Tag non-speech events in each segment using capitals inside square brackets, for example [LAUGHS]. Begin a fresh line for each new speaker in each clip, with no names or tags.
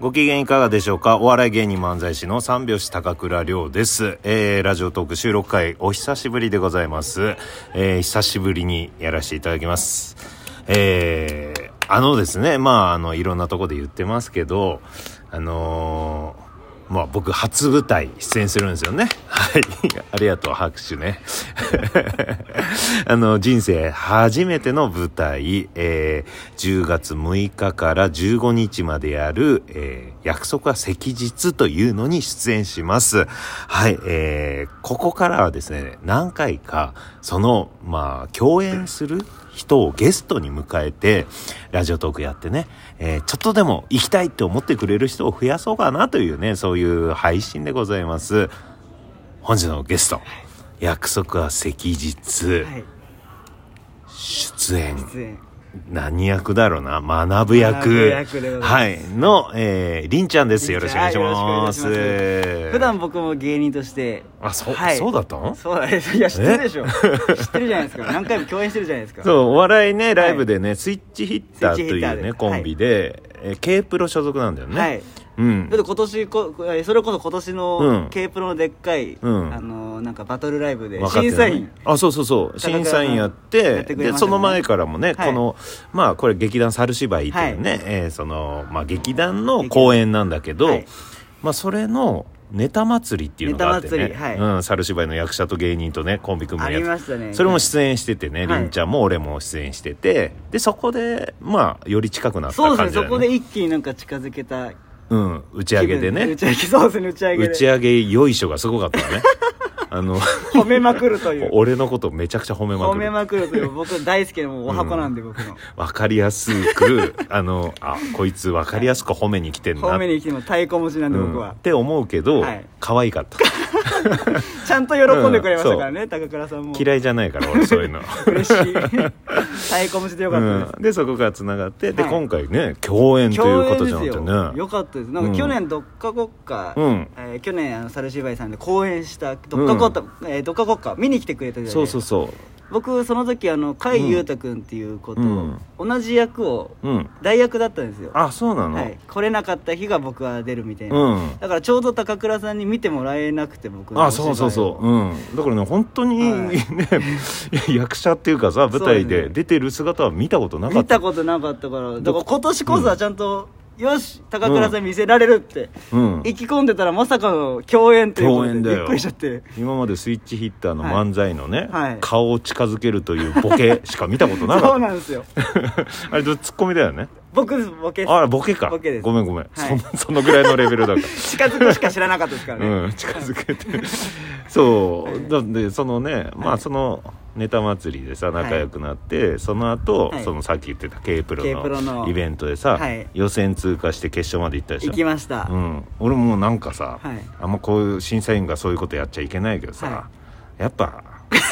ご機嫌いかがでしょうかお笑い芸人漫才師の三拍子高倉涼です。えー、ラジオトーク収録会お久しぶりでございます。えー、久しぶりにやらせていただきます。えー、あのですね、まあ、あの、いろんなとこで言ってますけど、あのーまあ僕初舞台出演するんですよね。はい。ありがとう、拍手ね。 [LAUGHS] あの、人生初めての舞台、えー10月6日から15日までやる、えー約束は赤日というのに出演します。はい、えーここからはですね、何回か、その、まあ、共演する人をゲストに迎えて、ラジオトークやってね、えーちょっとでも行きたいって思ってくれる人を増やそうかなというね、そういう配信でございます。本日のゲスト、約束は赤日、
はい、
出演
出演
何役だろうな学ぶ役
学ぶ役でございます
はいの、えー、りんちゃんですよろしくお願いしま
はいよろしくお願
す
普段僕も芸人として
あそ,、う
はい
そうだったの
そうだねいや知ってるでしょ知ってるじゃないですか何回も共演してるじゃないですか
そうお笑いねライブでね、スイッチヒッターと
スイッチヒッタ
いう
ーでは
ね
い
コンビで、えー K プロ所属なんだよね、
はい
うん
だって今年こえそれこそ今年
うん
の K プロのでっかい、
うん
あのなんかバトルライブで
若手のね
審査員
あそうそうそう
高倉さ
審
ん
査員やって
やってくれ
で
ました
そ
ね
の前からもね、
はい
このまあこれ劇団猿芝居っていうね、
は
えーその、まあ、劇団の公演なんだけど、
はい
まあそれのネタ祭りっていうのがあってね、
ネタ祭り
うん、猿芝居の役者と芸人とねコンビ組む
あ
や
り
つ
ましたね
それも出演しててね、
はい
りんちゃんも俺も出演しててでそこでまあより近くなった
そう
感じ
で
だ
す
よね
ねそこで一気になんか近づけた
うん、打ち上げでね
打ち上げそうですね打ち上げ
打
で
ち上げよいしょがすごかったねあの [LAUGHS]
褒めまくるという
俺のことめちゃくちゃ褒めま
褒
く
め
る
まくるという僕大好きなもうお箱なんで僕の、
わかりやす
[LAUGHS]
くあのあこいつわかりやすく褒めに来てんな
褒めに来ても太鼓持ちなんで
うん
僕は、
って思うけど、
はい
可愛かった
ちゃんと喜んでくれましたからね、高倉さんも。
嫌いじゃないから俺そういうの
嬉しい。太鼓持ちでよかったです。
うんでそこからつながってで、
はい
今回ね共演ということ
で
じ
す
ゃな
よ。
くてね
よかったです。なん
うん
か去年、どっか国家、
うん
えー去年、あの、猿芝居さんで公演した、どっか国家、えーどっか国家、見に来てくれたじゃない
そうそうそう
僕、その時、あの、甲斐裕太君っていうこと、
うん
同じ役を、
うん
代役だったんですよ。
あそうなの、
はい。来れなかった日が僕は出るみたいな。
うん
だからちょうど高倉さんに見てもらえなくて僕のお
あ
芝居
そ
を
うそうそううんだからね本当にね、
はい
役者っていうかさ舞台
そう
で
ですね
出てる姿は見たことなか
見
った
たことなかったからだから今年こそはちゃんと、よし高倉さん見せられるって、
うん
意気込んでたらまさかの共演ということで
共演だよ
びっくりしちゃって
今までスイッチヒッターの
はい
漫才のね、
はい
顔を近づけるというボケしか見たことな
[LAUGHS] そ
か
う
っ
なんですよ
たあれツッコミだよね
僕ですボケです
あらボケか
ボケです
ごめんごめん、
はい
[LAUGHS] そんそのぐらいのレベ
[LAUGHS]
ルだか
近づくしか知らなかったですから
ら、
ね、
うん、近づけてそうなんでそのね、まあそのネタ祭りでさ仲良くなって、その後、
はい
そのさっき言ってた K プ
K プ
ロ
ロ
の
の
イベントでさ、
はい
予選通過して決勝まで行ったでしょ
行きました、
うん、俺もなんかさ、
はい
あんまこういう審査員がそういうことやっちゃいけないけどさ、
は
やっぱ
[LAUGHS]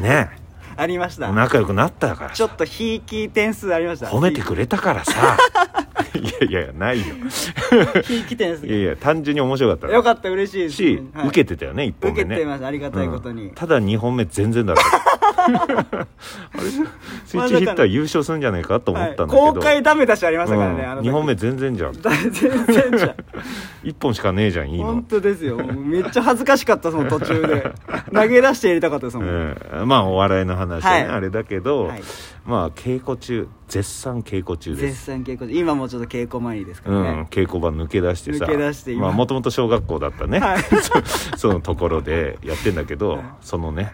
ね
ありました
仲良くなったから
ちょ
さ
っとひいき点数ありました
褒めてくれたからさ [LAUGHS] いやいやないよ
ひいき点数
いやいや単純に面白かった
よかった嬉しいです
し、
はい
受けてたよね一本目
受け
ね
てましたありがたいことに、
うんただ2本目全然だった
[LAUGHS]
あれスイッチヒッター優勝するんじゃないかと思
は
ったん
い
だけど、
公開ダメ出しありましたからね、あ
う
の
ん、
時
2本目全然じゃん
全然じゃん
1本しかねえじ [LAUGHS] ゃんいいの
本当ですよもうめっちゃ恥ずかしかったその途中で投げ出してやりたかったですもん、
うん、まあお笑いの話はね、
はい
あれだけど、
はい
まあ稽古中絶賛稽古中で
絶
す
賛稽古中今もちょっと稽古前にですか
う
ら
ん、
ね、
稽古場抜け出してさ
抜け出して今
まあもともと小学校だったね、
はい
[LAUGHS] そそのところでやってんだけど、
はい
そのね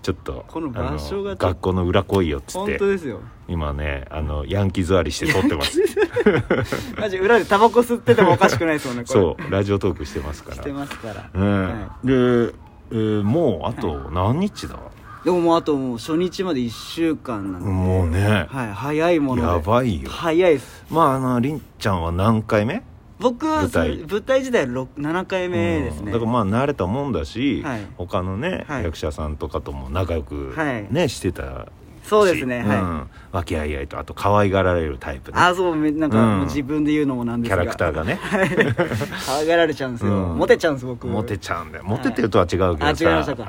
ちょっと
この場所が
あの学校の裏来いよっつっ
本
て
当ですよ
今ねあのヤンキー座りして撮ってます
マジ裏でタバコ吸っててもおかしくないですもんねこれ
そうラジオトークしてますから
してますから、
うん
は
で、えーもうあと何日だ、
い、でももうあともう初日まで1週間なんで、
もうね、
はい、早いもので
やばいよ
早いです
まああのりんちゃんは何回目
僕は
舞台
舞台時代7回目ですね、
うんだからまあ慣れたもんだし、
はい
他のね、
はい
役者さんとかとも仲良く
はい
ね、してたし
そうですね、はい
ん、和気あいあいとあと可愛がられるタイプね
あそうめなんか
うん
もう自分で言うのもなんで
キ
す
ャ
が
ラク
[LAUGHS]
ターがね
可愛がられちゃうんですよ、
うん
モテちゃうんです僕
モテちゃうんだよモテてるとは違うけどさ、
あ違いましたか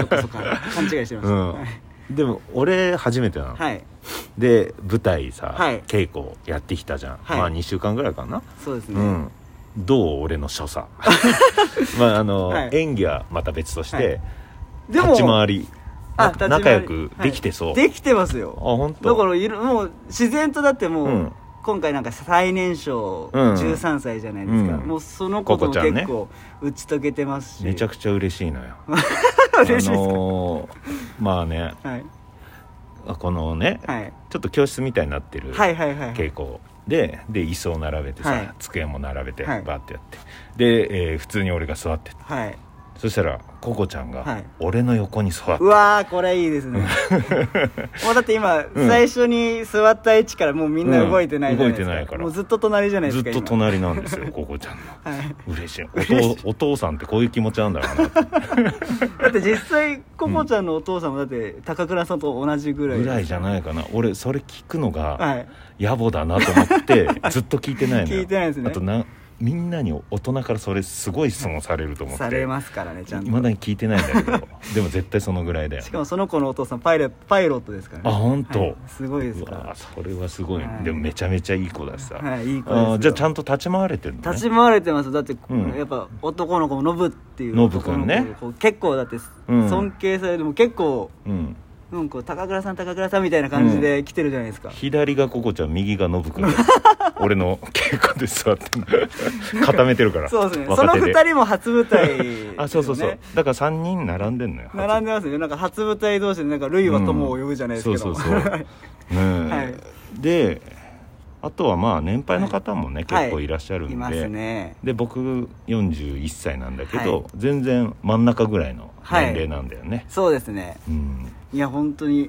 [LAUGHS]
っかそっか勘違いしてました、
うん
はい
でも俺初めてなの、
はい
で舞台さ、
はい
稽古やってきたじゃん、
はい
まあ2週間ぐらいかな、
そうですね、
うんどう俺の所
[LAUGHS]
作まああの、
はい
演技はまた別として、
はいでも
立ち回り
あ
な
立ち回り
仲良くできてそう、
できてますよ
あ本当
だからいろもう自然とだってもう、
うん
今回なんか最年少
うん
13歳じゃないですか、
うん
もうそのことも
ココちゃんね
結構打ち解けてますし、
めちゃくちゃ嬉しい
[LAUGHS]
のよ
嬉しいですか
あのーまあね
[LAUGHS] はい
このね、
はい
ちょっと教室みたいになってる
はいはいはい
傾向でで椅子を並べてさ、
はい
机も並べて
は
バ
い
ーってやって、で、えー普通に俺が座ってた
はい
そしたらココちゃん
は
が
い
俺の横に座って、
うわーこれいいです
[LAUGHS]
ねもうだって今、
うん
最初に座った位置からもうみんな動いてないじゃないですか、
うん動いてないから
もうずっと隣じゃないで
ずっ
すか
と隣なんですよコ [LAUGHS] コちゃんの
今はい
嬉しいお
嬉
父お父さんってこういう気持ちなんだろうな
だって実際ココちゃんのお父さんもだって高倉さんと同じぐらい
ぐらいじゃ
い
ないかな俺それ聞くのが
はい
野暮だなと思ってずっと聞いてないのよ
聞いてないですね
あとなみんなに大人からそれすごい質問されると思って
されますからねちゃんと
まだに聞いてないんだけ
[LAUGHS]
どでも絶対そのぐらいだよ
しかもその子のお父さんパイロパイロットですからね
あ本当
はいすごいです
う
か
わそれはすごい、
はい
でもめちゃめちゃいい子だしさ、
らはいいい子です
あ
よ
ーじゃあちゃんと立ち回れてるの、ね、
立ち回れてますだって、
うん
やっぱ男の子もノブっていう
ノブくんね
男の子こう結構だって
うん
尊敬されても結構
うん、
なんか高倉さん高倉さんみたいな感じで来てるじゃないですか、
左がココちゃん右がノブ
[LAUGHS]
君俺の稽古で座ってんの固めてるから
そうですねその
若手で
二人も初舞台、
あそうそうそう、だから3人並んでんのよ
[LAUGHS] 並んでますねなんか初舞台同士でなんか「類は友を呼ぶ」じゃないですけど、
うんそう
[LAUGHS]
そうそうねえ、
はい
であとはまあ年配の方もね、
はい
結構いらっしゃるんで、
いますね
で僕41歳なんだけど、
はい
全然真ん中ぐらいの年齢なんだよね、
そうですね
うん
いや本当にい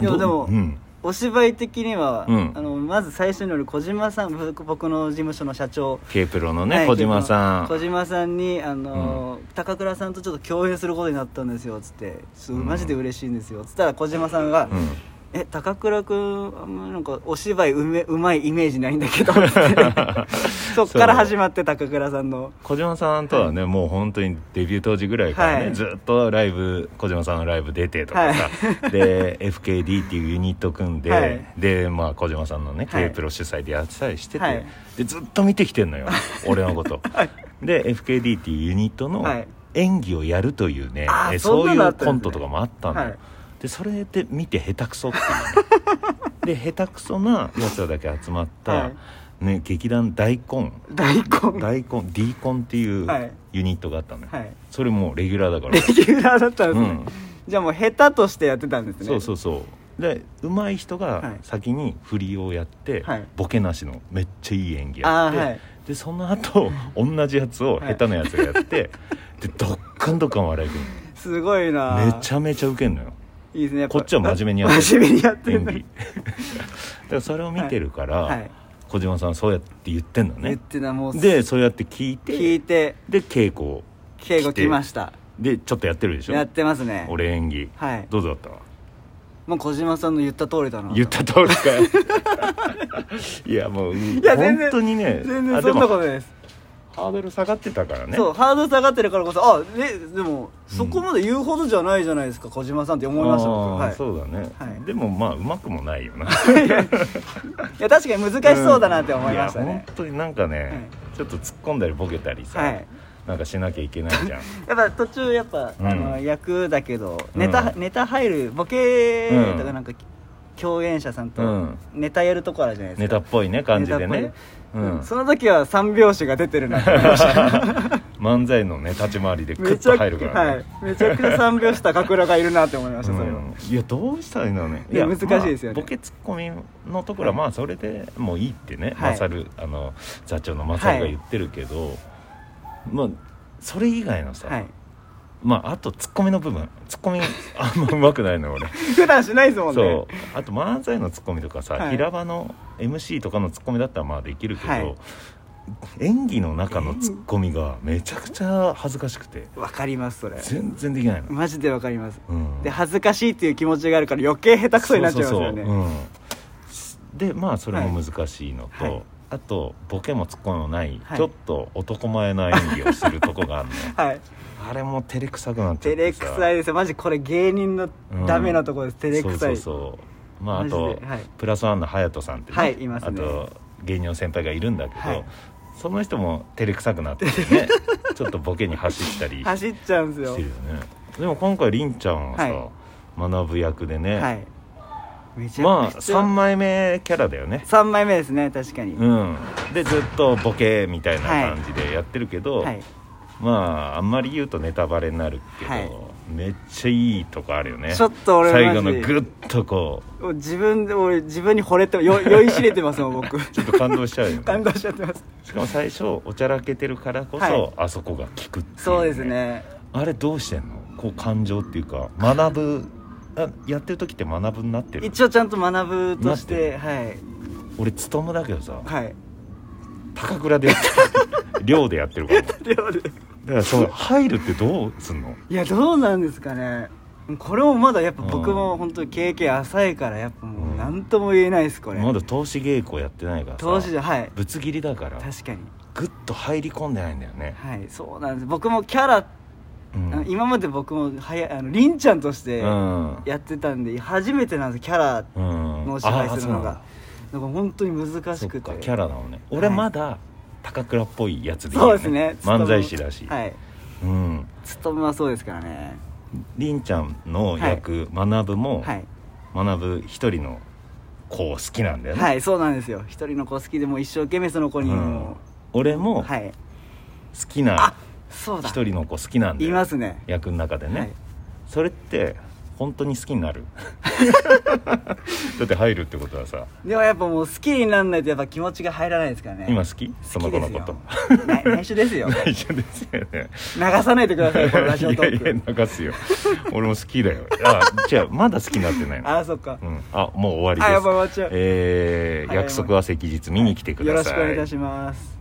や
ど
でも、
うん
お芝居的には、
うん
あのまず最初に俺小島さん僕僕の事務所の社長
K プロのね、
はい
小島さ
小
ん
島さんに、あのー高倉さんとちょっと共演することになったんですよ」っつって「す
うん
マジで嬉しいんですよ」っつったら小島さんが「
うん
え高倉君あんまなんかお芝居うめうまいイメージないんだけど」つ
[LAUGHS]
ってそっから始まって高倉さんの
小島さんとはね、もう本当にデビュー当時ぐらいからね、
はい
ずっとライブ小島さんのライブ出てとかさ、で FKD っていうユニット組んで、
はい
で、まあ、小島さんのね
はい
K プロ主催でやってたりしてて、
はい
でずっと見てきてんのよ俺の
[LAUGHS]
こと。で FKD っていうユニットの
はい
演技をやるというね、
あー
え
そん
そう
ないのあ
う
った
コ
んですね
ントとかもあったのよ。
はい
でそれで見て下手くそってい
[LAUGHS]
う、ね、で下手くそなやつらだけ集まった、
は
ね、劇団大根
大根
大根 D コンっていう
はい
ユニットがあったのよ、
はい
それもうレギュラーだから
レギュラーだったんですね、
うん
じゃあもう下手としてやってたんですね
そうそうそうで上手い人
は
が
い
先に振りをやって、
はい
ボケなしのめっちゃいい演技や
あ
っ
あ
て、
はい
でその
[LAUGHS]
後同じやつを
はい
下手なやつがやって、でドッカンドッカン笑いくる
すごいな
のめち
ゃ
ゃめちゃウケんのよ
いいですねやぱ
こっちは真面目にやってる
真面目にやってる
演技だからそれを見てるから、
はい
小島さんそうやって言ってんの
言っ
ね
てたもう
でそうやって聞いて
聞いて
で稽古
敬語来ました
でちょっとやってるでしょ
やってますね
俺演技
はい
どうだった
もう小島さんの言った通りだな
言った通りか
[LAUGHS]
よいやもうい
や全
本
然
当にね
全
あで
然そんなこと
も
ないです
ハードル下がってたからね
そうハードル下がってるからこそあえでもそこまで言うほどじゃないじゃないですか小島さんって思いました僕
あー
はい
そうだね、
はい
でもまあうまくもないよな
いや確かに難しそうだなって思いました
や
ね
本当になんかね、ちょっと突っ込んだりボケたりさ、
はい
なんかしなきゃいけないじゃん [LAUGHS]
やっぱ途中やっぱ
うん
あの役だけど
うん
ネタネタ入るボケ
うん
とかなんか共演者さん
う
と
ん
ネタやるとこあるじゃないで
ネ
す
タ
か
っぽいね感じで
ネタ
ね
っ
う
ぽい
ん
その時は三拍子が出て
[LAUGHS]
るなって思いました
漫才のね立ち回りでク
め
ッ
ちゃ
と
く
入るからね、
はい、めちゃくちゃ三拍子高倉がいるなって思いました、それは
うんいやどうしたらいいのね
いや難しいですよね
まあボケツッコミのところはまあそれでもういいってね、
はい
マサルあの座長のマサルが言ってるけど、まあそれ以外のさ、
はい
まああとツッコミの部分ツッコミあんまうまくないのよ俺
普段しないですもんね
そうあと漫才のツッコミとかさ、
はい
平場の MC とかのツッコミだったらまあできるけど、
はい
演技の中のツッコミがめちゃくちゃ恥ずかしくて
わかりますそれ
全然できないの、
マジでわかります
うん、
で恥ずかしいっていう気持ちがあるから余計下手くそになっちゃいますよね
そうそうそううんでまあそれも難しいのと、
はいはい
あとボケもツッコミもない、
はい
ちょっと男前な演技をするとこがあ
[LAUGHS]
るの
はい
あれも照れくさくなっちゃって
照れ
さ
くさいですよマジこれ芸人のダメなところです、照れくさい
そうそうそうまああ
マジ
と、
ではい
プラスワンの隼人さんってね
はいいますね
あと芸人の先輩がいるんだけど、
はい
その人も照れくさくなって
[LAUGHS]
ねちょっとボケに走ったりし
走っちゃうんですよ
てるよねでも今回りんちゃんはさ、
は
学ぶ役でね、
はいめち
ま
ゃ
あ
くちゃ、
3枚目キャラだよね
3枚目ですね確かに、
うんでずっとボケみたいな感じでやってるけど、
はい
まああんまり言うとネタバレになるけど、
はい
めっちゃいいとこあるよね
ちょっと俺
最後
マ
の
ジ
グッとこう
自分で俺自分に惚れてよ酔いしれてますもん僕
ちょっと感動しちゃうよ
[LAUGHS] 感
ね
動しちゃってます
しかも最初おちゃらけてるからこそ、
はい
あそこが効くっていう、
そうですね
あれどうしてんのこう感情っていうか学ぶあやってる時って学ぶになってる
一応ちゃんと学ぶとし
なって
てはい
俺勤だけどさ
はい
高倉でやってる [LAUGHS] 寮でやってるからだか
料理
らそう入るってどうすんの
いやどうなんですかねこれもまだやっぱ僕
う
も
ん
本当に経験浅いからやっぱも
う
うん何とも言えないですこれ
まだ投資稽古やってないからさ
投資じゃはい
ぶつ切りだから
確かに
グッと入り込んでないんだよね、
はいそうなんです僕もキャラ、
うん
あの今まで僕もはやあのりんちゃんとして
うん
やってたんで、初めてなんですキャラ
うん
のお芝居するの
あ
がなんか本当に
ー
難
そ
し
うなんだそ
く
っか
て
キャラなのね俺まだ高倉っぽいやつでいい
そう
よ
ですね
漫才師だし、
はい
うん
勤めはそうですからね
りんちゃんの役、学ぶも、
はい
学ぶ一人の子好きなんだよね、
はいそうなんですよ一人の子好きでもう一生懸命その子にも
俺
う
も好
はい
きな
そうだ
一人の子好きなんだ
い
よ、
ますね
役の中でね、
はい
それって本当に好きにな
[LAUGHS]
るだって入るってことはさ
でもやっぱもう好きにならないとやっぱ気持ちが入らないですからね
今好きそ
好
の子
きで
の
す
こ
よ
と [LAUGHS]
な内緒ですよ流
一緒ですよね
さないでくださいこのラジオト
い
ー
やい
ク
や流すよ俺も好きだよあ違うまだ好きになってないの
ああそっか
うん、あもう終わりです
あやっぱ終わっちゃう
えー
早いもん
約束は昨日見に来てください、
よろしくお願いいたします